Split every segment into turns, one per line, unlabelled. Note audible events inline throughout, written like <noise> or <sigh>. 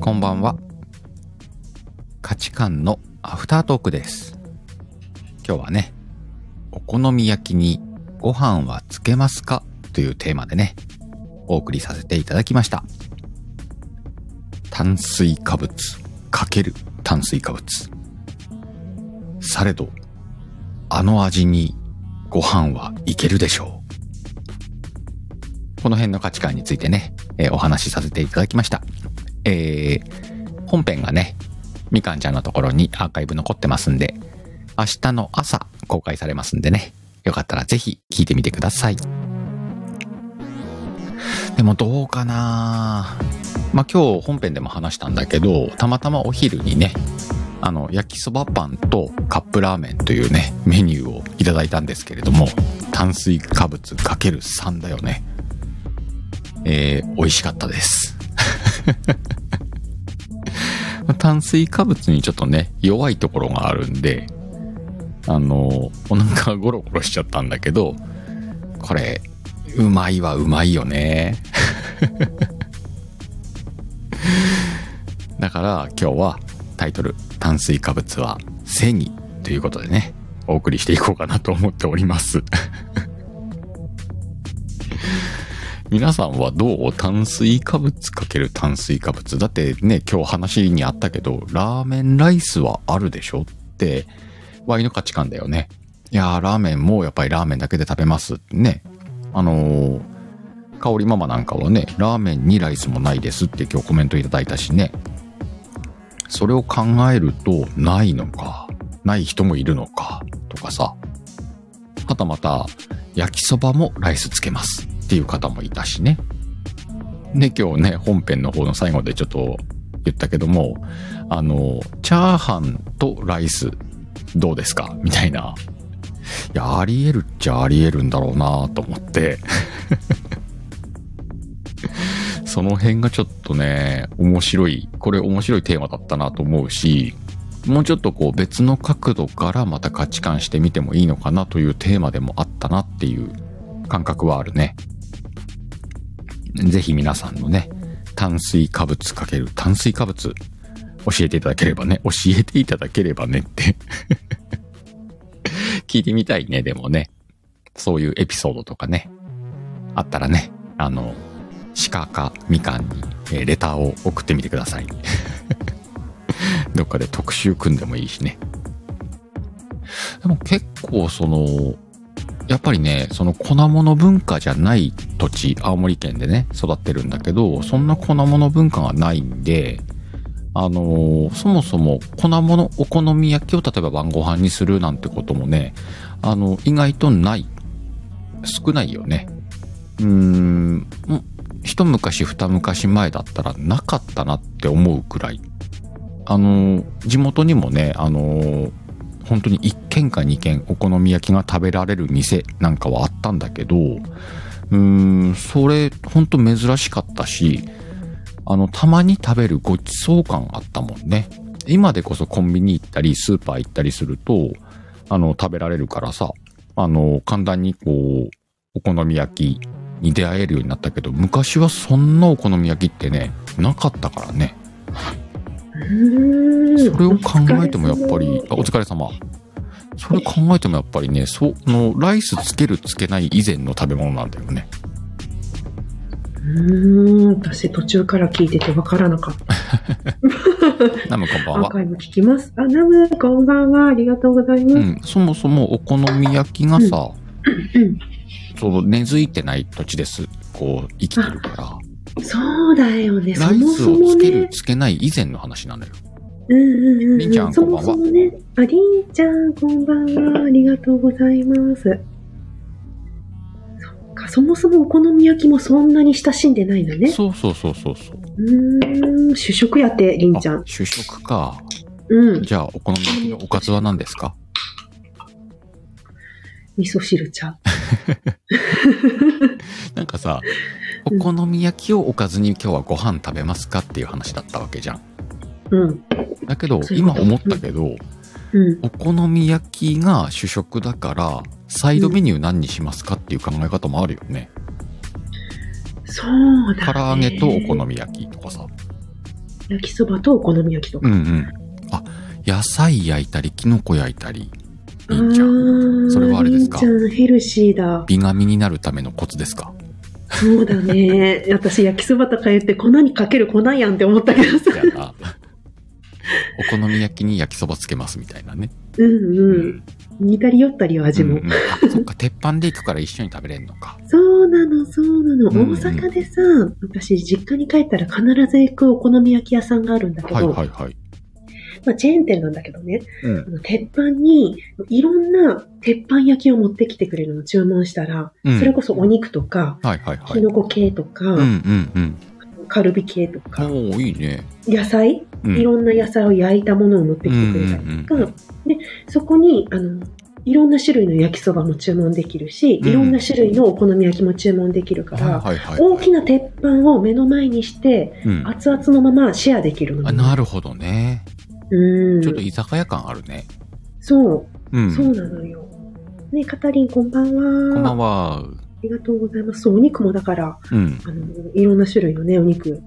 こんばんは価値観のアフタートークです今日はねお好み焼きにご飯はつけますかというテーマでねお送りさせていただきました炭水化物かける炭水化物されどあの味にご飯はいけるでしょうこの辺の価値観についてね、えーお話しさせていただきましたえー本編がねみかんちゃんのところにアーカイブ残ってますんで明日の朝公開されますんでねよかったらぜひ聞いてみてくださいでもどうかなまあ今日本編でも話したんだけどたまたまお昼にねあの焼きそばパンとカップラーメンというねメニューをいただいたんですけれども炭水化物 ×3 だよねえー、美味しかったです炭水化物にちょっとね弱いところがあるんであのお腹がゴロゴロしちゃったんだけどこれうまいはうまいよね <laughs> だから今日はタイトル「炭水化物は正義」ということでねお送りしていこうかなと思っております皆さんはどう炭水化物かける炭水化物だってね今日話にあったけどラーメンライスはあるでしょってワイの価値観だよねいやーラーメンもやっぱりラーメンだけで食べますってねあのー、香りママなんかはね、ラーメンにライスもないですって今日コメントいただいたしね。それを考えると、ないのか、ない人もいるのか、とかさ。はたまた、焼きそばもライスつけますっていう方もいたしね。で、今日ね、本編の方の最後でちょっと言ったけども、あの、チャーハンとライス、どうですかみたいな。いや、ありえるっちゃありえるんだろうなと思って。 <laughs> その辺がちょっとね、面白い、これ面白いテーマだったなと思うし、もうちょっとこう別の角度からまた価値観してみてもいいのかなというテーマでもあったなっていう感覚はあるね。ぜひ皆さんのね、炭水化物かける炭水化物、教えていただければね、教えていただければねって。 <laughs> 聞いてみたいね、でもね。そういうエピソードとかね。あったらね、あの、鹿かみかんに、えーレターを送ってみてください。どっかで特集組んでもいいしね。でも結構その、やっぱりね、その粉物文化じゃない土地、青森県でね、育ってるんだけど、そんな粉物文化がないんで、あのーそもそも粉物お好み焼きを例えば晩ご飯にするなんてこともね、あの、意外とない。少ないよね。うーん、ん一昔二昔前だったらなかったなって思うくらい。あのー地元にもね、あのー本当に一軒か二軒お好み焼きが食べられる店なんかはあったんだけど、うーん、それ本当珍しかったし、あの、たまに食べるごちそう感あったもんね。今でこそコンビニ行ったり、スーパー行ったりすると、あの、食べられるからさ、あの、簡単にこう、お好み焼きに出会えるようになったけど、昔はそんなお好み焼きってね、なかったからね。そ
そ
れを考えてもやっぱり、あお疲れ様。それ考えてもやっぱりね、その、ライスつけるつけない以前の食べ物なんだよね。
うーん私途中から聞いててわからなかった
ナムこんばん
アー
は。
カイブ聞きますあナムこんばんはありがとうございます、
うん、そもそもお好み焼きがさ、
うん
その根付いてない土地です。こう、生きてるから。
そうだよね
ラ
そ
イ
も
ス
そ
を
も
つける、
ね
つけない以前の話なのよ。
うんうんうんうん
りんちゃん
そ
こんばん
も
は
そもねありんちゃんこんばんはありがとうございますそっかそもそもお好み焼きもそんなに親しんでないのね
そうそうそうそうそう。
うーん主食やってりん
あ
ちゃん、
主食か。
うん
じゃあ、お好み焼きのおかずは何ですか
味噌汁ちゃう
なんかさ、お
うん
好み焼きをおかずに今日はご飯食べますかっていう話だったわけじゃん。
うん
だけど、
そういうこ
今
と
思ったけど、
うん
お好み焼きが主食だから、サイドメニュー何にしますかっていう考え方もあるよね。
そうだ、ね、
唐揚げとお好み焼きとかさ。
焼きそばとお好み焼きと
う
か。
んうん。あ、野菜焼いたり、キノコ焼いたり。
あ
いいんじゃん。
ー
それはあれですか
りんちゃんヘルシーだ。
美髪になるためのコツですか
そうだね。私、焼きそばとか言って粉にかける粉やんって思った
<laughs>
けどさ。
やな。お好み焼きに焼きそばつけますみたいなね。
うん
う
うん。。似たり寄ったりは味も。
うんうんあそっか、鉄板で行くから一緒に食べれんのか。
そうなの、そうなの。
うんうん
大阪でさ、私、実家に帰ったら必ず行くお好み焼き屋さんがあるんだけど、
はいはいはい。
まあ、チェーン店なんだけどね、
うん
あ。の鉄板にいろんな鉄板焼きを持ってきてくれるのを注文したら、
うん
それこそお肉とか、
はいはいは
キ
い。
ノコ系とか、
うんうんうん。
カルビ系とか、
おおいいね。
野菜、
うん
いろんな野菜を焼いたものを持ってきてくれたりとか、
うんうん
で、そこに、あの、いろんな種類の焼きそばも注文できるし、
うん
いろんな種類のお好み焼きも注文できるから、
はいはいはい。
大きな鉄板を目の前にして、
うん
熱々のままシェアできるの。
あなるほどね。
うん。
ちょっと居酒屋感あるね。
そう、
う。
そうんなのよ。ねえ、カタリン、こんばんは。
こんばん
あ
は。
りがとうございます。そう、お肉もだから、
うん。
あの、いろんな種類のね、お肉、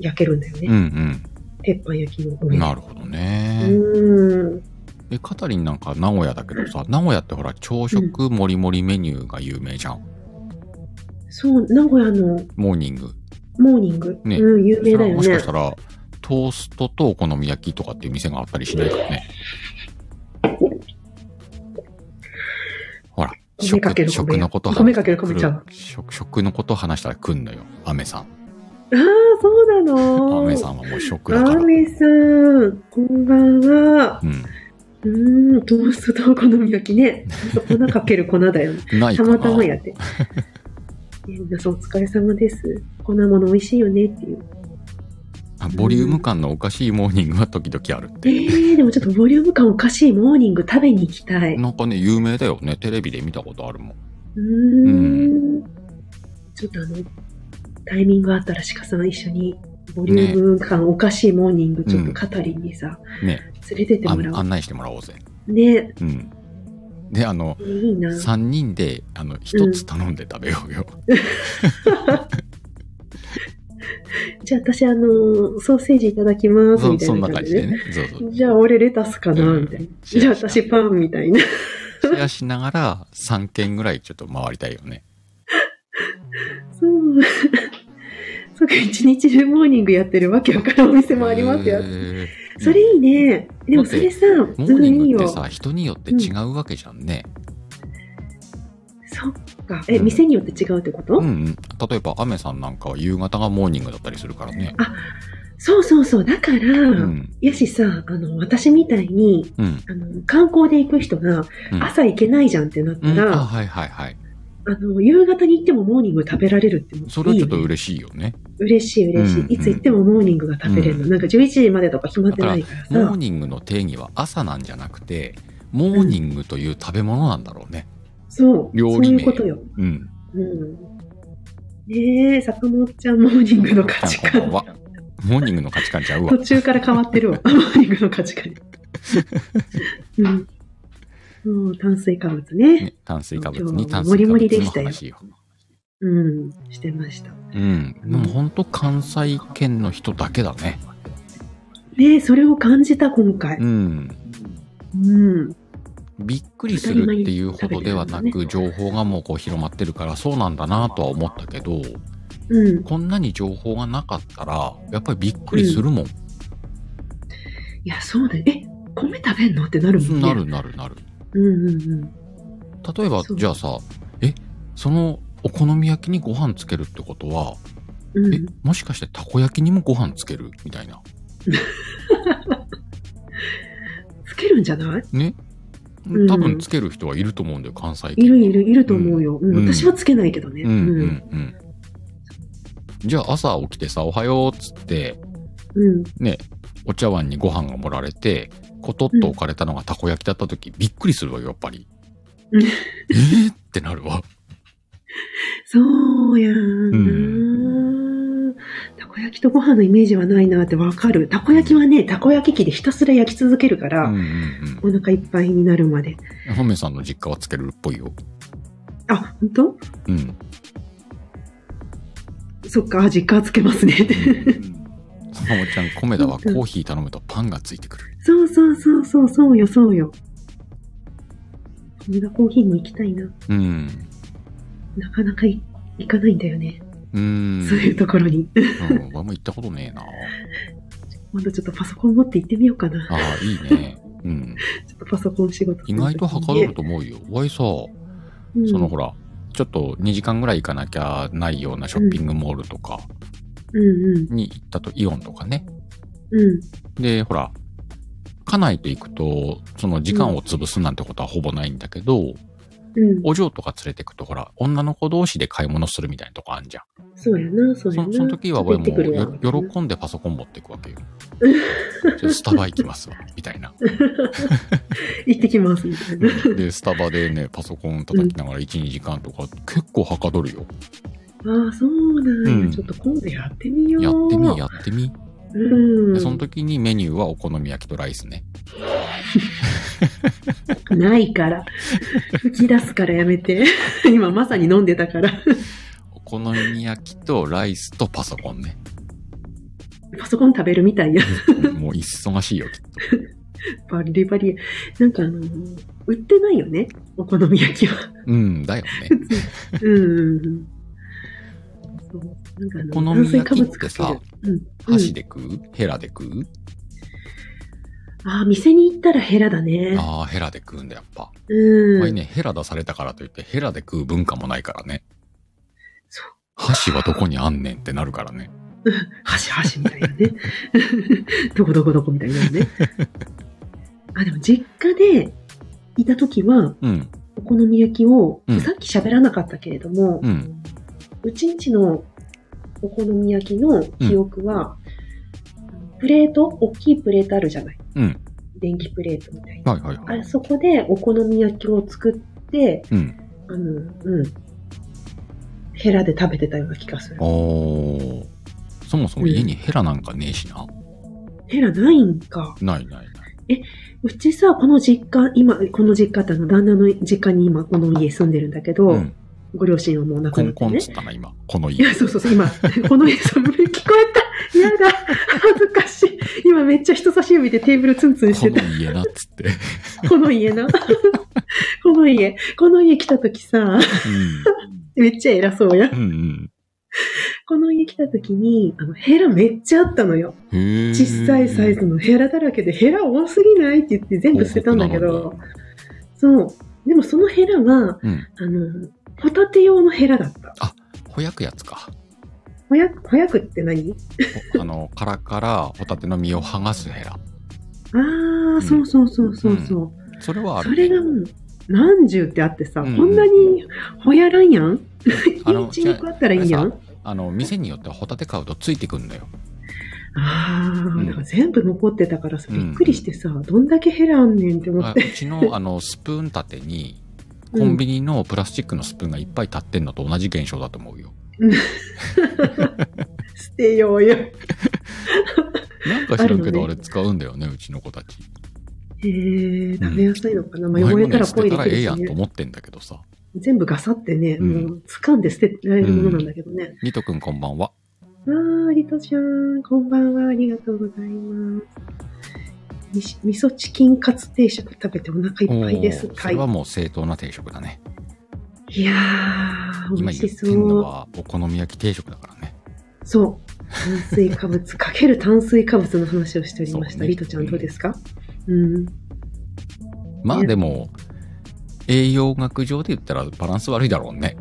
焼けるんだよね。
うん
鉄板焼きの
う
上
ん。
に。
なるほど
う
ね。
ん。
え、カタリンなんか名古屋だけどさ、名古屋ってほら朝食もりもりメニューが有名じゃん。
そう、名古屋の
モーニング。
モーニング。
ね
うん、有
そ
名
れ
だ
は
よ
もしか
ね
し。たら、トーストとお好み焼きとかっていう店があったりしないかね。ほら、
米かける
食、
米
食のこと
米かける米ちゃう
食、食のこと話したら来んのよ、アメさん。
ああ、そうなの。
アメさんはもう食だか
ア
ら。
メさん、こんばんは。
うん。
うーん、トーストとお好み焼きね。ほんと粉かける粉だよ。
ない
た
か
ま
な。
たまやって。ね皆さんお疲れ様です。こんなもの美味しいよねっていう。
ボリューム感のおかしいモーニングは時々あるっ
え
て。
ー、でもちょっとボリューム感おかしいモーニング食べに行きたい。う
なんかね、有名だよね。テレビで見たことあるもん。
ーん。ちょっとあの、タイミングあったら鹿さん一緒に、ボリューム感おかしいモーニング、ちょっとカタリンにさ、
ね、
連れてって
あ
も
ん
らお
案内してもらおうぜ。
う。ね、
うん。で、あの、
いいな。
3人であの1つ頼んで食べようよ、
じゃあ私あの、ソーセージいただきます、
そ
み
ん
た
そ
い
ん
な
な感
感じ
じ
で
で
ね。
ねそうそう
じゃあ俺レタスかな、
うん
みたいな。じゃあ私パンみたいな。
シェアしながら3軒ぐらいちょっと回りたいよね
そう。 <laughs> そうか、一日中モーニングやってるわけわからんお店もありますよ
へ。ー
それいいね。で
だ
も
っ
そ
て
れさ、
モ
ず
ー
る
ニ
い
ングって
よ。そ
さ人によって違うわけじゃんね、
っか。え、
うん
店によって違うってこと、
うんうん、例えばアメさんなんかは夕方がモーニングだったりするからね
そうそうそう。だから、
うん
やしさ、あの、私みたいに、
うん
あの、観光で行く人が
うん
朝行けないじゃんってなっ
う
た
ん、
ら、
あはいはいはい
あの、夕方に行ってもモーニング食べられるってもういいよね
それはちょっと嬉しいよね
嬉しい嬉しい、
うん
いつ行ってもモーニングが食べれるの。
うん
なんか11時までとか決まってないからさ。
モーニングの定義は朝なんじゃなくてモーニングという食べ物なんだろうね
そう。
料理
そ
名
ういうことよ。
うん
うん。ねえ、坂本ちゃんモーニングの価値
こん
観。
ばんはモーニングの価値観ちゃう
<laughs>
わ
途中から変わっ
<laughs>
てるわ。モーニングの価値観。うん。そう炭水化物ね。
ね、炭水化物に
今
炭
日
水
はもり
化
も
物
りで
の
したよ
話よ。
うん。してました。
うん。
うん
もうほんと関西圏の人だけだね。
ねえ、それを感じた、今回
う。ん。
うん。
びっくりするっていうほどではなく、情報がもうこう広まってるから、そうなんだなとは思ったけど、
うん。
こんなに情報がなかったら、やっぱりびっくりするもん。
いや、そうだよ。え、米食べんのってなるもんね。
な。るなるなる。
うんうんうん。
例えば
そ、う
じゃあさ、え、そのお好み焼きにご飯つけるってことは、
う
え
ん、、
もしかしてたこ焼きにもご飯つけるみたいな。
つけるんじゃない
ね
うん
多分つける人はいると思うんだよ、関西圏
いるいるいると思うよ、うん
うん
私はつけないけどね。
うんうんうん。じゃあ朝起きてさ、おはようっつって、
うん。うん
ね、お茶碗にご飯が盛られて、コトッと置かれたのがたこ焼きだった時、びっくりするわよ、やっぱり。
うん
えーってなるわ。
そうやんな、たこ焼きとご飯のイメージはないなってわかる。たこ焼きはね、たこ焼き器でひたすら焼き続けるか
う
ら、
んうん
お腹いっぱいになるまで。
うん。ハメさんの実家はつけるっぽいよ。
あ、本当？
うん。
そっか、実家はつけますねって。
うんまもちゃん、コメダはコーヒー頼むとパンがついてくる。
そうそうそうそう、そうよ、そうよ。コメダコーヒーに行きたいな。
うん。
なかなかい行かないんだよね。
うん。
そういうところに。 <laughs>
うん、俺も行ったことねえな。
今度ちょっとパソコン持って行ってみようかな。
ああ、いいね。うん。
ちょっとパソコン仕事す
意
る時にね。
外とはかどると思うよ。わいさ、
うん。
そのほら、ちょっと2時間ぐらい行かなきゃないようなショッピングモールとか
うんうん。
に行ったと、イオンとかね。
うん。
で、ほら、家内と行くと、その時間を潰すなんてことはほぼないんだけど、
うん。
お嬢とか連れてくと、ほら、女の子同士で買い物するみたいなとこあんじゃん。
そうやな、そうや
そ
な。
その時は俺も
ちょっと行ってくるわ
よ喜んでパソコン持っていくわ
<laughs>
けよ。ちょっとスタバ行きますわ、みたいな。
行ってきます、みたいな。
で、スタバでね、パソコン叩きながら1、2時間とか、結構はかどるよ。
ああ、そうな
うんん
や。ちょっと今度やってみよう。
やってみ、やってみ。
う
で、
ん。
その時にメニューはお好み焼きとライスね。
ないから。吹き出すからやめて。 <laughs> 今まさに飲んでたから。
お好み焼きとライスとパソコン
<laughs>
ね。
パソコン食べるみたいや。
もう忙しいよ、きっと。
バリバリ。なんかあの、売ってないよね。お好み焼き
<laughs>
は。
うん、だよね。
<laughs> うん。そうなんかあの
お好み焼きってさ
炭水化
箸
物かけるうん、
で食うヘラで食う
うんああ、店に行ったらヘラだね。
ああ、ヘラで食うんだ、やっぱ。
うん。
前ね、ヘラ出されたからといって、ヘラで食う文化もないからね。
そう。
箸はどこにあんねんってなるからね。
箸箸みたいなね。 <laughs> どこどこどこみたいな
<laughs>
のね。あ、でも実家でいた時は、
うん、
お好み焼きを、
うん
さっき喋らなかったけれども、
うん、
うちんちのお好み焼きの記憶は、プレート、大きいプレートあるじゃない。
うん。
電気プレートみたいな。
はいはいは
あ
い。
そこでお好み焼きを作って、
うん。
あの、うん。ヘラで食べてたような気がする。
おー。そもそも家にヘラなんかねえしな。
ヘラないんか。
ないないない。
うちさ、この実家、今、この実家ってあの、旦那の実家に今、この家住んでるんだけど、
うん。
ご両親はもう亡
コ
くなっ
ン
て
コン
ね
っ。つったな、今。この
い
家。
や、そうそうそう、今、この家、それ聞こえた。やだ、恥ずかしい。今めっちゃ人差し指でテーブルツンツンし
こ
て
の
た。
家なっつって。
この家な。この家、この家来た時さ、めっちゃ偉そうや
う。ん。うん
この家来た時に、あの、ヘラめっちゃあったのよ。
うん。へえ。
小さいサイズのヘラだらけで、ヘラ多すぎないって言って全部捨てたんだけ
広
ど
告、
そう。でもそのヘラは、
うん。
あの、ホタテ用のヘラだった。
ほやくやつか。
ほや、ほやくって何
ほあの、カラカラホタテの身を剥がすヘラ。
ああ、そうそうそうそうそう。
それはあ
そ
るね。
れがもう、何十ってあってさ、
うん
こんなにほやらんやん
あ
一
の
日肉あったらいいや
あれ
ん
さあの、店によってはホタテ買うとついてくんだよ。
ああ、
うん
だから全部残ってたからさ、
うん
びっくりしてさ、どんだけ減らんねんって思
あ
っ
う
て。
ちの、あの、スプーン立てに、コンビニのプラスチックのスプーンがいっぱい立ってんのと同じ現象だと思うよ。
捨てようよ。へ
なんか知らんけど、
あ
あ
るよね
れ使うんだよね、うちの子たち。
え、食べやすいのかな。まあ、
前
汚
も
れた
ね、
ら
捨
ポ
て
イ
た
で
らえ
きる
えや
し
んと
ね。
思ってんだけどさ。
全部ガサってね、
うん
もう掴んで捨てられるものなんだけどね。
リト君こんばんは。
わあ、リトちゃん、こんばんは、ありがとうございます。みし味噌チキンカツ定食食べてお腹いっぱいです。
おーそ
は
れ
い
は。もう正当な定食だね。
いやー、美
今
味
言っ
しそ
てんの
う。
はお好み焼き定食だからね。
そう。炭水化物、かける炭水化物の話をしておりまし
そ
た。
うね
リトちゃんどうですかうん。
まあでも、栄養学上で言ったらバランス悪いだろうね。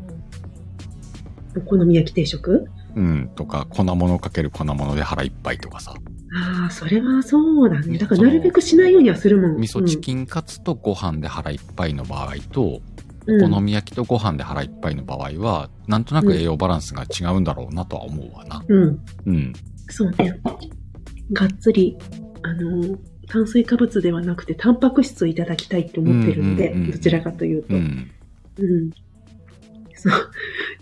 お好み焼き定食
うん。とか、粉物かける粉物で腹いっぱいとかさ。
ああ、それはそうだね。だから
その
なるべくしないようにはするもん。
味噌チキンカツとご飯で腹いっぱいの場合と、
うん、
お好
み。
み焼きとご飯で腹いっぱいの場合は、なんとなく栄養バランスが違うんだろうなとは思うわな。
うん。
うん。
そうね。がっつり、あのー、炭水化物ではなくて、タンパク質をいただきたいと思ってるので、
うんうんうんうん
どちらかというと。
う
うん。
ん。
<laughs> そう。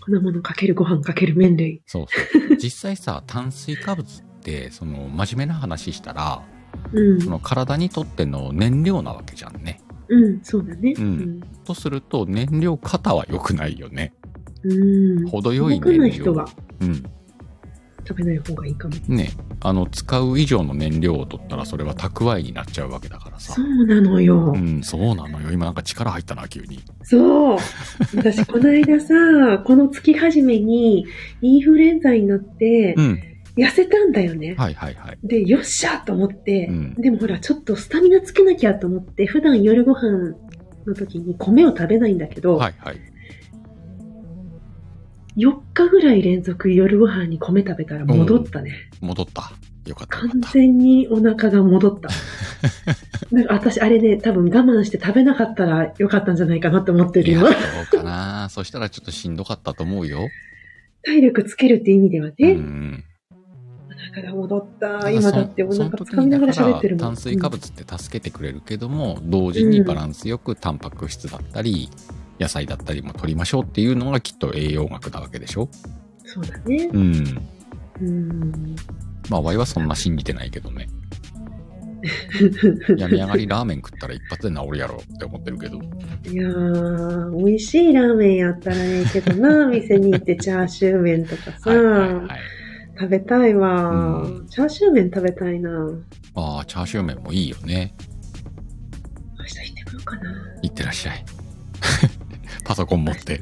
粉物かけるご飯かける麺類。
そうそう。実際さ、炭水化物って、その、真面目な話したら、
うん。
その体にとっての燃料なわけじゃんね。
うん、そうだね。
うんとすると、燃料過多は良くないよね。
うん。うん。
程よい
動かない
燃
人
料
は。
うん。
食べない方がいいかも。
ねあの使う以上の燃料を取ったらそれは蓄えになっちゃうわけだからさ
そうなのよ。
うんそうなのよ今なんか力入ったな急に
そう。私、この
<laughs>
間さ、この月初めにインフルエンザになって
う、ん
痩せたんだよね。
はいはいはい
で、よっしゃと思って、
うん
でもほら、ちょっとスタミナつけなきゃと思って、普段夜ご飯の時に米を食べないんだけど、
はいはい
4日ぐらい連続夜ご飯に米食べたら戻ったね。
戻ったよかったよ
完
かった
全にお腹が
<laughs>
戻った。なんか私、あれね、多分我慢して食べなかったらよかったんじゃないかなって思って
い
る
や
今
ど。うかなそしたらちょっとしんどかったと思うよ
体力つけるって意味ではね、
うん
お腹が戻ったた。今だってお
そ
腹
の時
掴みながら喋ってる
にだから炭
もん。
水化物って助けてくれるけども、同時にバランスよくタンパク質だったり、野菜だったりも取りましょうっていうのがきっと栄養学なわけでしょ
うんそうだね。
うん。
うん。
まあ、ワイはそんな信じてないけどね。病み上がりラーメン食ったら一発で治るやろって思ってるけど。
いやー、美味しいラーメンやったらええけど
<laughs>
な、店に行ってチャーシュー麺とかさ、
はいはいはい。
食べたいわ、
うん
チャーシュー麺食べたいな。明
ああ、チャーシュー麺もいいよね。
日行ってくようかな。
いってらっしゃい。 <laughs> パソコン持って。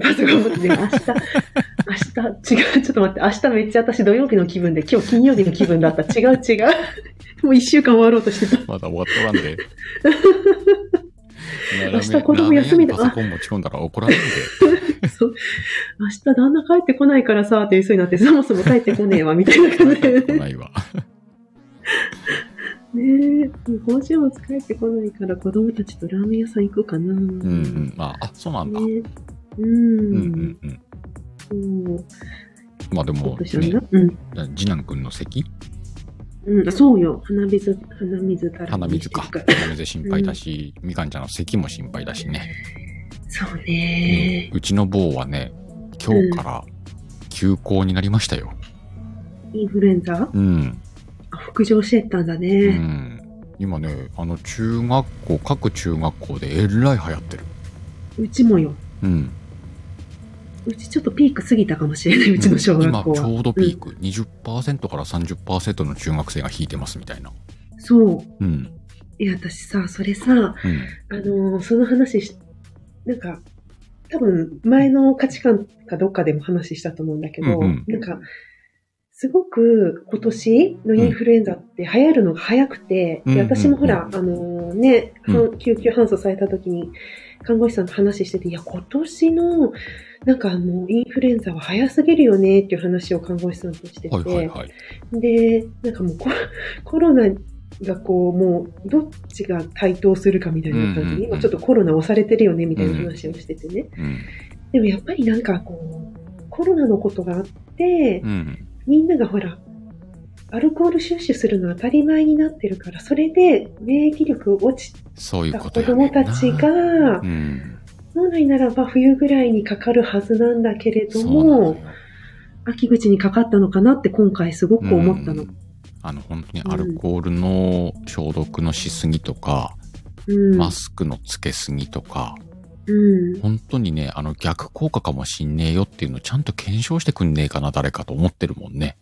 パソコン持ってね、明日、明日、違う、ちょっと待って、明日めっちゃ私土曜日の気分で、今日金曜日の気分だった。違う違う。もう一週間終わろうとしてた。
まだ終わっとらんで。
明日子供休みだ
ラーメン屋にパソコン持ち込んだら怒られるで。
そう明日旦那帰ってこないからさ、っていう人になって、そもそも帰ってこねえわ、みたいな感じで。
来ないわ。
ねえ、今週末帰ってこないから子供たちとラーメン屋さん行こうかな。
う
う
んうん。まあ、あ、そうなんだ。うん
ねう。
うんんうん。
そう
まあで
ちょ
も
っ、と一緒に
ね
な。、うん。
次男くんの席
うん、そうよ。鼻水、鼻水たら
鼻水か。鼻水心配だし、みかんちゃんの席も心配だしね。
そうね。
うちの坊はね、今日から休校になりましたよ。
インフルエンザ
うん。
あ北上してったんだ
う
ね。
ん。今ね、あの中学校、各中学校でえらい流行ってる。
うちもよ。
うん。
うちちょっとピーク過ぎたかもしれない、うちの小学校
今ち
は。
ょうどピーク、20%から30%の中学生が引いてますみたいな。
そう。
うん。
いや、私さ、それさ、
うん。
あのーその話し、なんか、多分前の価値観かどっかでも話したと思うんだけど、
うん
なんか、すごく今年のインフルエンザって流行るのが早くて、
うん
で私もほら、あのーね、
うん
搬救急搬送された時に、看護師さんと話してて、いや、今年の、なんかもうインフルエンザは早すぎるよねっていう話を看護師さんとしてて、
はいはいはい。
で、なんかもうココロナがこう、もうどっちが対等するかみたいな感じで、
うんうんうん
今ちょっとコロナ押されてるよねみたいな話をしててね。
うん。
でもやっぱりなんかこう、コロナのことがあって
う、ん。
みんながほら、アルコール摂取するの当たり前になってるから、それで免疫力落ち
そういう
た
こ
子
とやね
供
んな
たちが
う、ん。
本来ならば冬ぐらいにかかるはずなんだけれど
そうなの
も
よ、
秋口にかかったのかなって今回すごく思ったの
う。んあの本当にアルコールの消毒のしすぎとか、
うん。
マスクのつけすぎとか、
うん。
本当にね、あの逆効果かもしんねえよっていうのをちゃんと検証してくんねえかな、誰かと思ってるもんね。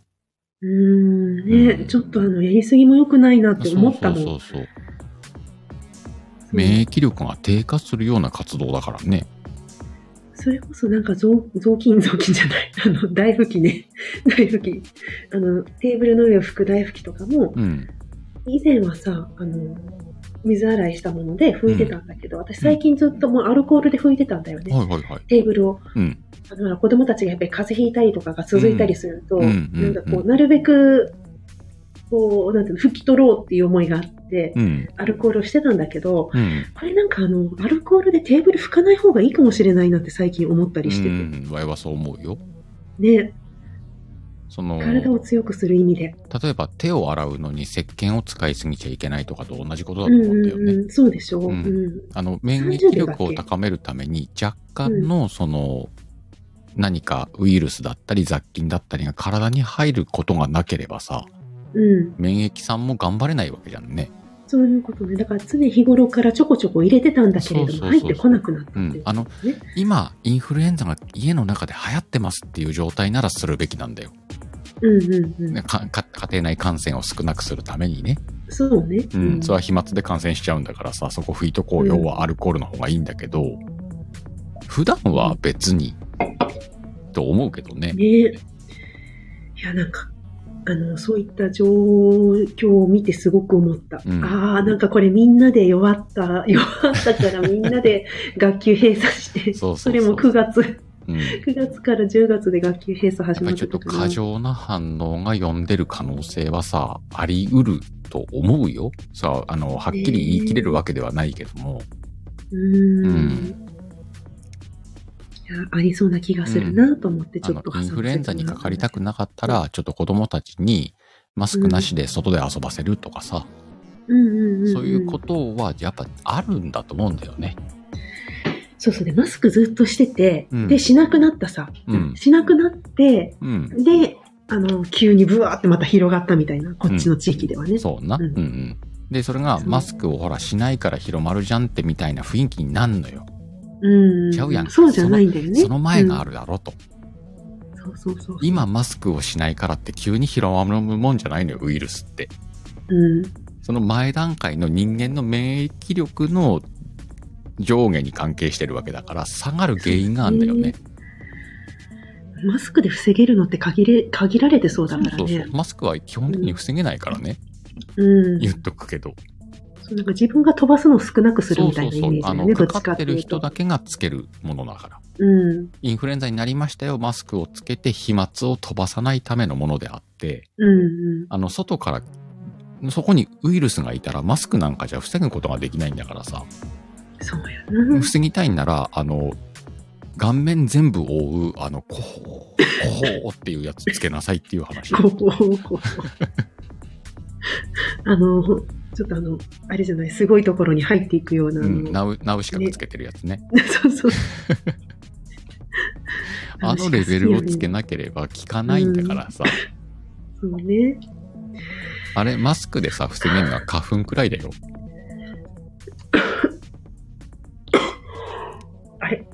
うーんね、
うん
ちょっとあのやりすぎも良くないなって思ったもん。
そうそうそうそう。免疫力が低下するような活動だからね。
それこそなんか雑雑巾雑巾じゃない。 <laughs> あの、大拭きね。 <laughs> 大拭き。あの、テーブルの上を拭く大拭きとかも、
うん。
以前はさ、あの、水洗いしたもので拭いてたんだけど、私最近ずっともうアルコールで拭いてたんだよね。
はいはいはい。
テーブルを。
うん。
あの子供たちがやっぱり風邪ひいたりとかが続いたりすると、
うんうんうん
なんかこう、なるべく、こう、なんていうの、拭き取ろうっていう思いがあって、
うん。
アルコールをしてたんだけど、
うん。
これなんかあの、アルコールでテーブル拭かない方がいいかもしれないなって最近思ったりして
う
て。
ん。わいはそう思うよ。
ね、
その、例
体を強くする意味で。
えば手を洗うのに石鹸を使いすぎちゃいけないとかと同じことだ
う
と
ん
思うんだよ
うん
ね。
うん、そうでしょう。
う
うんん。
あの、免疫力を高めるために若干のその、何かウイルスだったり雑菌だったりが体に入ることがなければさ、
うん。
免疫さんも頑張れないわけじゃんね。
そういうことね。だから常日頃からちょこちょこ入れてたんだけれど
そうそ
も、
うそう
入ってこなくなったっていう
うんあの
ね。
今インフルエンザが家の中で流行ってますっていう状態ならするべきなんだよ
うんうんうん。
かか家庭内感染を少なくするためにね、
そうね。
うんそれは飛沫で感染しちゃうんだからさそこ拭いとこうよはアルコールの方がいいんだけど、普段は別にと思うけどね
ねいや、なんか、あの、そういった状況を見てすごく思った。
うん
ああ、なんかこれみんなで弱った、弱ったからみんなで学級閉鎖して、
そうそそ
そう
う
れも9月、
うん、や
9月から10月で学級閉鎖
っ
始
ぱ
ま
り
っ
ちょ
た
っと
時な
過剰な反応が呼んでる可能性はさありうると思うよさあのはっきり言い切れるわけではないけども、
うーん。
うん
いや、ありそうな気がするなと思って、
あ
ちょ
の
っと
インフルエンザにかかりた
く。
くなかったらちょっと子供たちにマスクなしで外で遊ばせるとかさ、
うんうんうん、
そういうことはやっぱあるんだと思うんだよね。
そうそうで、マスクずっとしてて、
うん
で、しなくなったさ、
うん
しなくなって、
うん。
で、あの、急にブワーってまた広がったみたいな、こっちの地域ではね。
そうな。う
うんん
うん。で、それが
そう
マスクをほらしないから広まるじゃんってみたいな雰囲気になるのよ。
うん。
ちゃうやん
そうじゃないんだよね。
その前があるだろうと。
うん、そうそうそう。
今マスクをしないからって急に広まるもんじゃないのよ、ウイルスって。
うん。
その前段階の人間の免疫力の上下に関係してるわけだから、下がる原因があるんだよね。
マスクで防げるのって限れ、限られてそうだからね。
そうそう。マスクは基本的に防げないからね。
うん。
言っとくけど。
そうなんか自分が飛ばすのを少なくする
そう
みた
そ
いうなイ
そう
メージ。だ
あ
よ
の、
ね、どっ
か
ち
か
か
っ
って
て
いうと。
る人だけがつけるものだから。
うん。
インフルエンザになりましたよ、マスクをつけて飛沫を飛ばさないためのものであって、
うん。
あの、外から、そこにウイルスがいたらマスクなんかじゃ防ぐことができないんだからさ、
そうやな。
防ぎたいんなら、あの、顔面全部覆う、あの、こう、こうっていうやつつけなさいっていう話。
こう、こう、こう。あの、ちょっとあの、あれじゃない、すごいところに入っていくような。あ
う
の
ん、ナウ、ナウシカがつけてるやつね。
<laughs> そうそう。
あのレベルをつけなければ効かないんだからさ、
そうね。
あれ、マスクでさ、防げるのは花粉くらいだよ。
あれ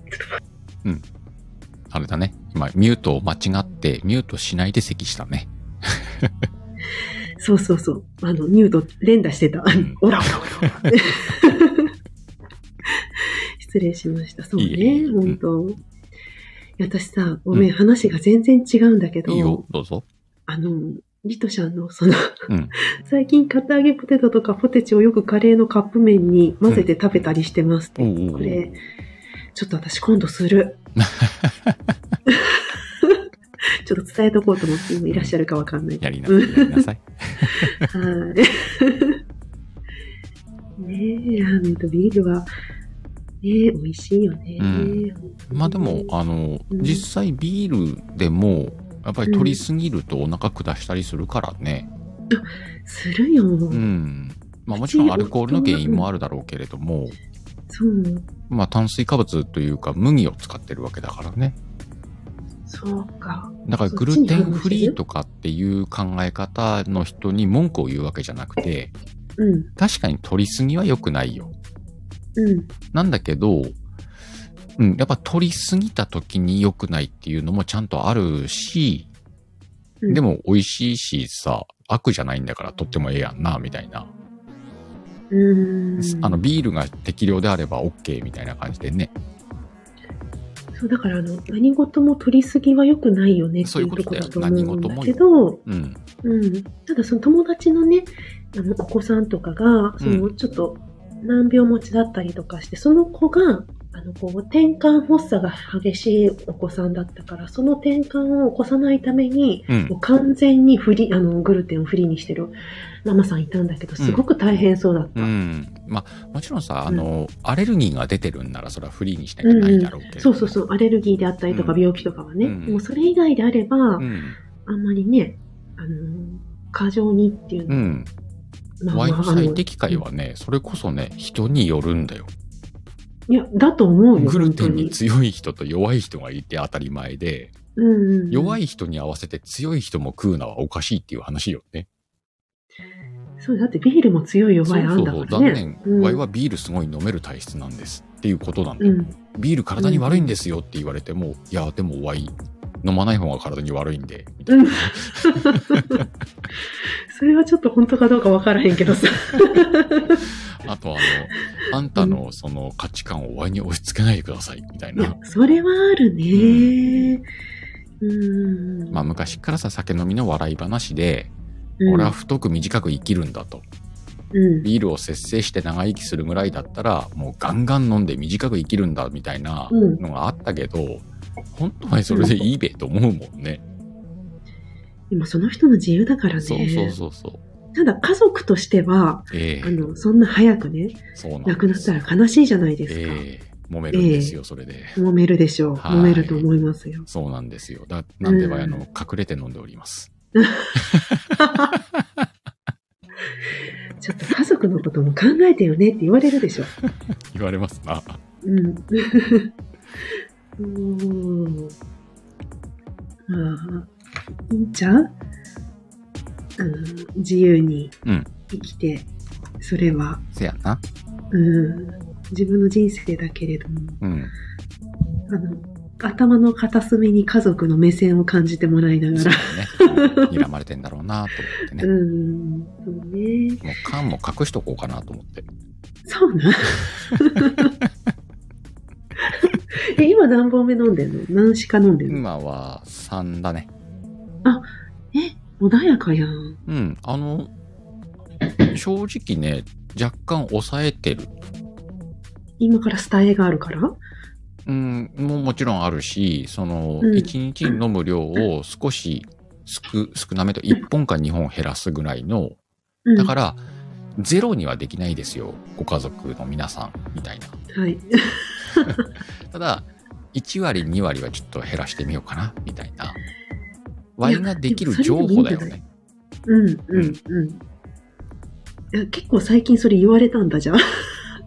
あれだね。今、ミュートを間違って、ミュートしないで咳したね。
そうそうそう。あの、ミュート連打してた。
ん
オラオラオラオラ。 <laughs> 失礼しました。そう
いえいえ
ね。本当。いや私さ、ごめん、話が全然違うんだけど、
いいよ、どうぞ。
あの、リトちゃんのその、
うん
<laughs> 最近片揚げポテトとかポテチをよくカレーのカップ麺に混ぜて食べたりしてますって。
おうおうおう
これ、ちょっと私今度
<laughs>
する。 <laughs> ちょっと伝えとこうと思って、今いらっしゃるかわかんない
や
けど
りなさい、やりなさ <laughs> い。
はい。 <laughs> ねえ、ラーメンとビールは、ねえ、美味しいよね。
うんまあでも、あの、実際ビールでも、やっぱり取りすぎるとお腹下したりするからね。
するよ。
うん。まあもちろんアルコールの原因もあるだろうけれども、
そう、
まあ炭水化物というか麦を使ってるわけだからね。
そうか。
だからグルテンフリーとかっていう考え方の人に文句を言うわけじゃなくて、
うん、
確かに取りすぎは良くないよ。
うん。
なんだけど、うん、やっぱ取りすぎた時に良くないっていうのもちゃんとあるし、
うん
でも美味しいしさ、悪じゃないんだからとってもええやんな、みたいな。
うん。
あの、ビールが適量であれば OK みたいな感じでね。
そう、だから、あの、何事も取りすぎは良くないよねって
そう
い
いう
う
こと
と
だ
こ
よ
ろだと思うんだけど、
うん。
うん。ただ、その友達のね、あの、お子さんとかが、その、ちょっと、難病持ちだったりとかして、その子が、あの、こう、転換発作が激しいお子さんだったから、その転換を起こさないために、
うん
もう。完全にフリ、あの、グルテンをフリーにしてるママさんいたんだけど、すごく大変そうだった。
うん。まあ、もちろんさ、あの、アレルギーが出てるんならそれはフリーにしなきゃないだろうけど、
そうそうそう、アレルギーであったりとか
うん
病気とかはね、
うん
もうそれ以外であれば、
うん。
あんまりね、あのー過剰にっていう
う
の、
ん。
まあ
割
まあ
と
あの
最適解はね、それこそね、人によるんだよ。
いや、だと思うよ。
グルテンに
本
強い人と弱い人がいて当たり前で、
当にうんうん、
弱
い。
い人に合わせて強い人も食うのはおかしいっていう話よね。
そう、だってビールも強い弱いあんだ
そうそう
か
そう。残
らね
念。。
うん
ワイはビールすごい飲める体質なんですっていうことなんだ
う
よ。
ん。
ビール体に悪いんですよって言われても、いや、でもワイ飲まない方が体に悪いんで、みたい
うん。それはちょっと本当かどうかわからへんけどさ。
な。あと、あの、あんたのその価値観をワイに押し付けないでください、みたい
いや
な。、
それはあるね。うん。
まあ、昔からさ、酒飲みの笑い話で、
うん、
俺は太く短く生きるんだと。
うん、
ビールを節制して長生きするぐらいだったら、もうガンガン飲んで短く生きるんだみたいな
うん
のがあったけど、本当はそれでいいべと思うもんね。
今その人の自由だからね。
そうそうそうそう。
ただ家族としては、
ええ
あの、そんな早くね、
そうなんです
亡くなったら悲しいじゃないですか。
ええ揉めるんですよ、それで。
揉めるでしょう。
はい
揉めると思いますよ。
そうなんですよ。だなんでは、
うん
あの、隠れて飲んでおります。
ちょっと家族のことも考えてよねって言われるでしょ。
言われますな。
うん。うーん。まあ、いいんちゃうあの、自由に
うん
生きて、それは、
せやな。
うん、自分の人生だけれども、
うん。
あの、頭の片隅に家族の目線を感じてもらいな
そう
が
だ
ら、
ね。睨まれてんだろうなと思ってね。
う、
もうん
そうね。
缶も隠しとこうかなと思って。
そうな。え、今何本目飲んでんの何しか飲んでんの、
今は3だね。
え、穏やかやん。
うん。あの、正直ね、若干抑えてる。
今からスタイがあるから
うん、ももちろんあるし、その、
うん、
1日に飲む量を少し少、少なめと1本か2本減らすぐらいの、だからら、ゼロにはできないですよ。ご家族の皆さん、みたいな。
はい。
ただ、1割、2割はちょっと減らしてみようかな、みたいな。割ができる情報だよ
でもそれでもいいんじゃ
ね。
なうん、うん、うんいや。結構最近それ言われたんだじゃん。 <laughs>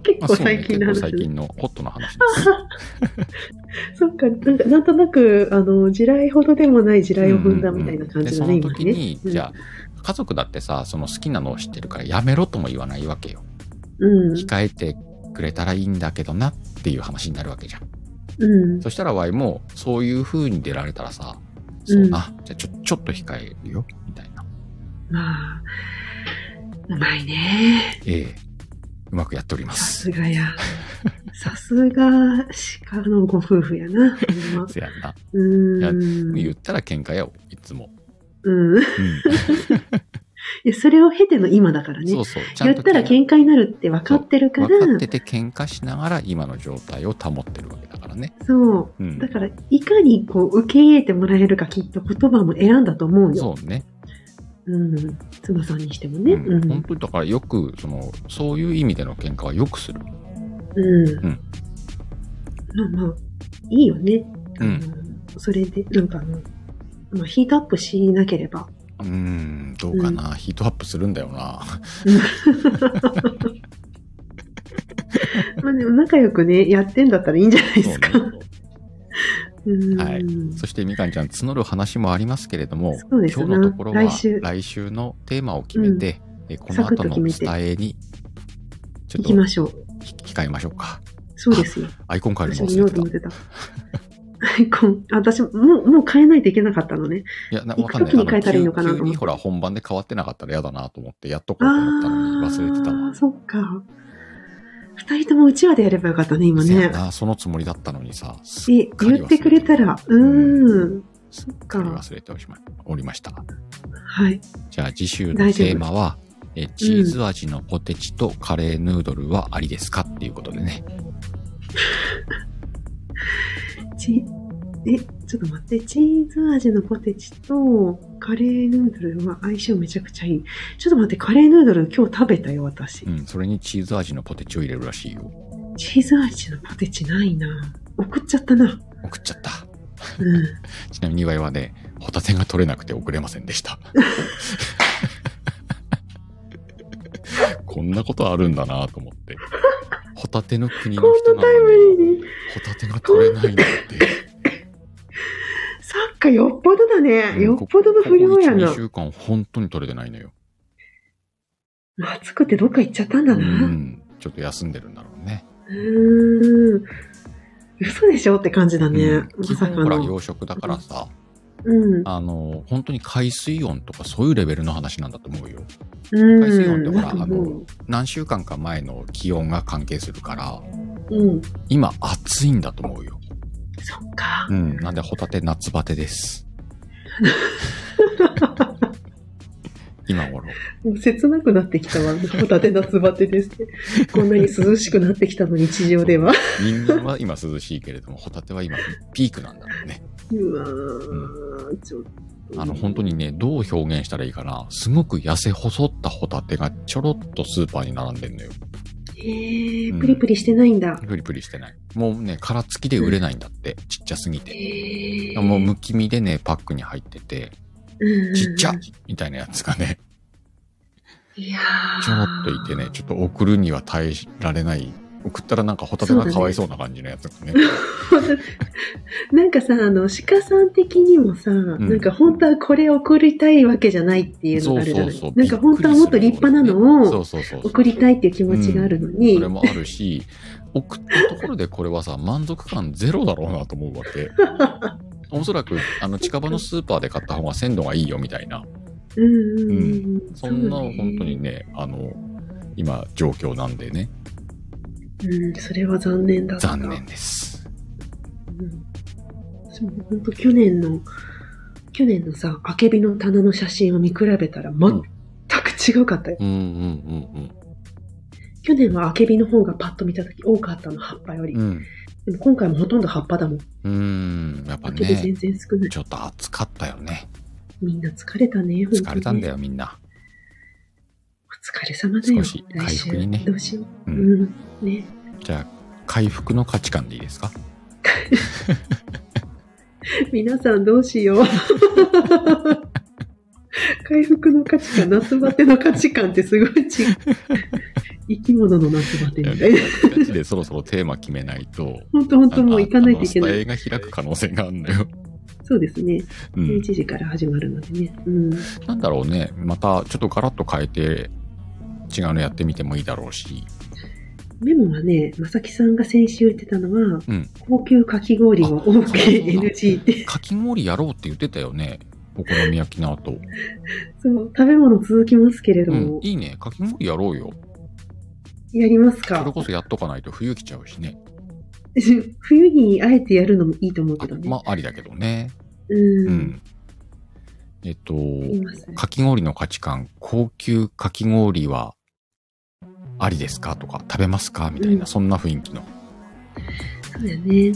結
まあ
構
そうね
最
結
近の
構
話。
最近のホットな話です。
そっか、なんか、なんとなく、あの、地雷ほどでもない地雷を踏んだみたいな感じだね、
でその
今
時
ね。
に、じゃあ家族だってさその好きなのを知ってるからやめろとも言わないわけよ
うん、うん、
控えてくれたらいいんだけどなっていう話になるわけじゃん
うん、
そしたらワイもそういう風に出られたらさそうな、じゃあちょちょっと控えるよみたいな
まあ、うまいね。
ええうまくやっておりま
さ
す
す
<laughs>
がや。さすが、鹿のご夫婦やな、ほんま。
せやんな
う
言
ん。
ったら喧嘩やいつも、
うん。いや、それを経ての今だから
うん
ね。
<laughs> そうそうちゃ
や
ん
っ
と
たら喧嘩になるって分かってるから、
分かってて喧嘩しながら今の状態を保ってるわけだからね
そうう。だ
ん
から、いかにこう、受け入れてもらえるかきっと言葉も選んだと思うよ。
そうね
うん。妻さんにしてもね。う
うん、本
ん。
当にだからよくそのそういう意味での喧嘩はよくする、
うん。
うん
まあまあ、いいよね。
うん
あのそれで、なんかあの、まあ、ヒートアップしなければ。
うーんどうかな、ヒートアップするんだよな
まあでも仲良くね、やってんだったらいいんじゃないで
そう
す
ね
か。うん。
はい <laughs> そしてみかんちゃん募る話もありますけれども
そうですな
今日のところは
来週
のテーマを決めて、えこの
サクッと
後の
決めて
伝えにちょ
行
っ
き
と
ましょう。
ひ控えましょうか
そうですよ。
アイコン変える
私
の
も
忘
言お
れ
う
て
と
た
思ってた。ア <laughs> イコン。あ私も、もう、もう変えないといけなかったのね。
いやな
行
わ
く
かんない
時に変えたらいいのかな
あ
と
の急急
思って
にほら本番で変わってなかったら嫌だなと思ってやっとこうと思ったのに
あ
忘れてた
あー、そっか。二人ともうちわでやればよかったね、今
わ、せや
ね。
なそのつもりだったのにさす
え
っ、かり忘れ
言ってくれたら、うーん。
すっかり忘れておりまおりました
はい。
じゃあ次週の
大丈夫
テーマは、えチーズ味のポテチとカレーヌードルはありですかっていうことでね。
ち、え、ちょっと待って、チーズ味のポテチとカレーヌードルは相性めちゃくちゃいい。ちょっと待って、カレーヌードル今日食べたよ、私
う。ん、それにチーズ味のポテチを入れるらしいよ。
チーズ味のポテチないな。送っちゃったな。
送っちゃった。
うん。
ちなみに岩井はね、ホタテが取れなくて送れませんでした。
<laughs>
こんなことあるんだなと思って。ホタテの国の
こ
人
ん
な
なタイム
のに、
リーに、
ホタテが取れないんだって。
サッカーよっぽどだね。 <laughs> よっぽどの不良や
ここ
な
1、2。週間本当に取れてないの
<laughs>
よ。
まあ、作ってどっか行っちゃったん
う
だな。
ん、ちょっと休んでるんだろうね。
うーん。嘘でしょって感じだね。
うん
ま
基
さ
本
か
ほら
の。
洋食だからさ、
うん。
あの、本当に海水温とかそういうレベルの話なんだと思うよ。
うん。
海水温ってほら
なんかもう
何週間か前の気温が関係するから、
うん。
今暑いんだと思うよ。
そっか
う。ん。なんでホタテ夏バテです。今頃。
もう切なくなってきたわ。ホタテ夏バテです
<laughs>
ね。こんなに涼しくなってきたのに、地上では。
人間は今涼しいけれども、ホタテは今ピークなんだろうね。
うわー、ちょっと。
あの、本当にね、どう表現したらいいかな。すごく痩せ細ったホタテがちょろっとスーパーに並んでんのよ。
えー、プリプリしてないんだ。
プリプリしてない。もうね、殻付きで売れないんだって。ちっちゃすぎて。
えー、
もうむき身でね、パックに入ってて、
うん
ちっちゃみたいなやつがね、
いや
ちょろっといてね、ちょっと送るには耐えられない。送ったらなんかホタテがかわいそうな感じのやつがね。
と。なんかさ、あの、鹿さん的にもさ、なんか本当はこれ送りたいわけじゃないっていうの
そ
が
う
あるじゃ
そ
な
う
い
そう。
なんか本当はもっと立派なの
そ
を
うそうそうそう。
送りたいっていう気持ちがあるのに、
それもあるし、送ったところでこれはさ、満足感ゼロだろうなと思うわ
<laughs>
け。おそらく、あの、近場のスーパーで買った方が鮮度がいいよみたいな、
うんうんうんうん。
そんな
う
本
ね
当に。ね、あの、今、状況なんでね、
うん、それは残念だった。
残念です。
うん私も本当去年の、去年のさ、あけびの棚の写真を見比べたら全く違かったよ。
うんうん
去年はあけびの方がパッと見た時多かったの、葉っぱより。
うんうん。
でも今回もほとんど葉っぱだもん。
うん。うん、やっぱ
あけび全
ね、
然少ない。
ちょっと暑かったよね。
みんな疲れたね、本当にね
疲れたんだ。よ、みんな。
お疲れ様だ
少
よ。
し回復にね
来週どうしよう。
う
うんん。ね。
じゃあ、回復の価値観でいいですか
皆さんどうしよう。 <laughs> 回復の価値観、夏バテの価値観ってすごい違う。
<laughs>
生き物の夏バテみたいな。
ガチでそろそろテーマ決めないと、
本当本当もう行かないといけな
あの
い。
スタイが開く可能性があるんだよ。
そうですね。
う
11
ん。
時から始まるのでね。うん。
なんだろうね、またちょっとガラッと変えて、違うのやってみてもいいだろうし、
メモはね、まさきさんが先週言ってたのは、
うん
高級かき氷は
あ
OKNG って、
かき氷やろうって言ってたよね、お好み焼きの後。
そう、食べ物続きますけれど
うん
も、、
いいね、かき氷やろうよ。
やります
それ
か
こそやっとかないと冬来ちゃうしね。
<laughs> 冬にあえてやるのもいいと思う
あ
けどね。
まあ、ありだけどね。
うん。
う、ん。えっと、
いますね。
かき氷の価値観、高級かき氷はありですかとか、食べますかみたいな、
うん
そんな雰囲気の。
そうだよね。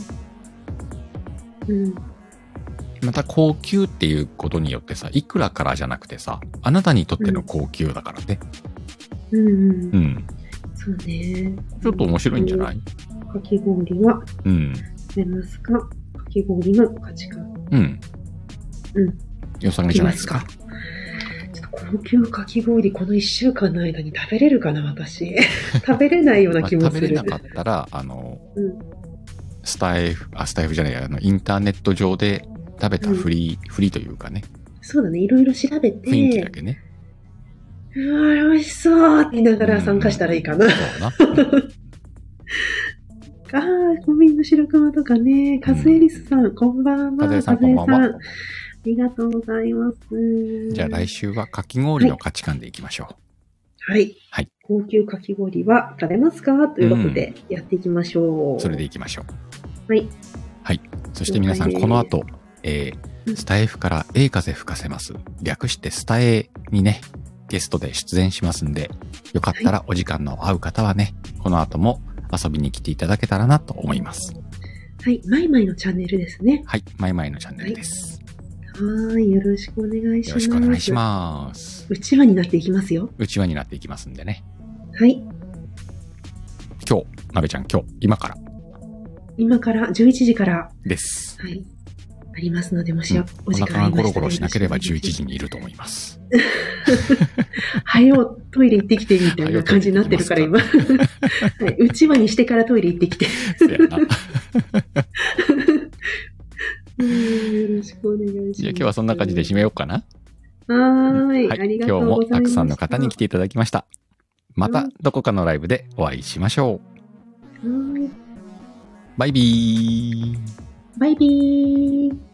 うん。
また高級っていうことによってさ、いくらからじゃなくてさ、あなたにとっての高級だからね。
うん、うん
う。ん。
そうね。
ちょっと面白いんじゃない
かき氷は
うん。
食べますかかき氷の価値観。
うん。
うん。
良さげじゃないですか。
ちょっと高級かき氷、この1週間の間に食べれるかな、
<laughs>
私。食べれないような
まあ
気も
食
す
べれ
る。
なかったら、あの、
うん
スタイフ、あ、スタイフじゃないや、あの、インターネット上で食べたフリー、フリーというかね、
そうだね、いろいろ調べて、
雰囲気だけね。
うわ、美味しそうって言いながら参加したらいいかな。
うん
あ <laughs>
そうな。
あー、コンビニの白熊とかね、カズエリスさん、こんばんは。
風さんこんばん
和江
は
さ。ありがとうございます。
じゃあ来週はかき氷の価値観でいきましょう。
はい。
はい
高級かき氷は食べますかということで、やっていきましょう。
それでいきましょう。
はい。
はい。そして皆さん、
了解です
この後、えー、スタエフから A 風吹かせます。略してスタエにね、ゲストで出演しますんで、よかったらお時間の合う方はね、この後も遊びに来ていただけたらなと思います。
はい。マイマイのチャンネルですね。
はい。マイマイのチャンネルです。
はーい。よろしくお願いします。
よろしくお願いします。
うちわになっていきますよ。
内輪になっていきますんでね。
はい。
今日、なべちゃん今日、今から
今から11時から、
です。
はい。ありますので、もし、
うん
お
お
時
腹
間あ
がゴ
りま
ロ
した
ゴロ
らよろ
しない
しくお願します
ければ11時にいると思い
<laughs>
ます。
はよ、トイレ行ってきてみたいな感じになってるから、今。
は
はいうちわにしてからトイレ行ってきて。
せやな。
うんよろしくお願いします。
じゃあ今日はそんな感じで締めようかな。
はーい。あり
今
がと
日
うござ
も
いました。
たくさんの方に来ていただきました。ま
う
た
ん
どこかのライブでお会いしましょう。
はーい。
バイビー。
バイビー。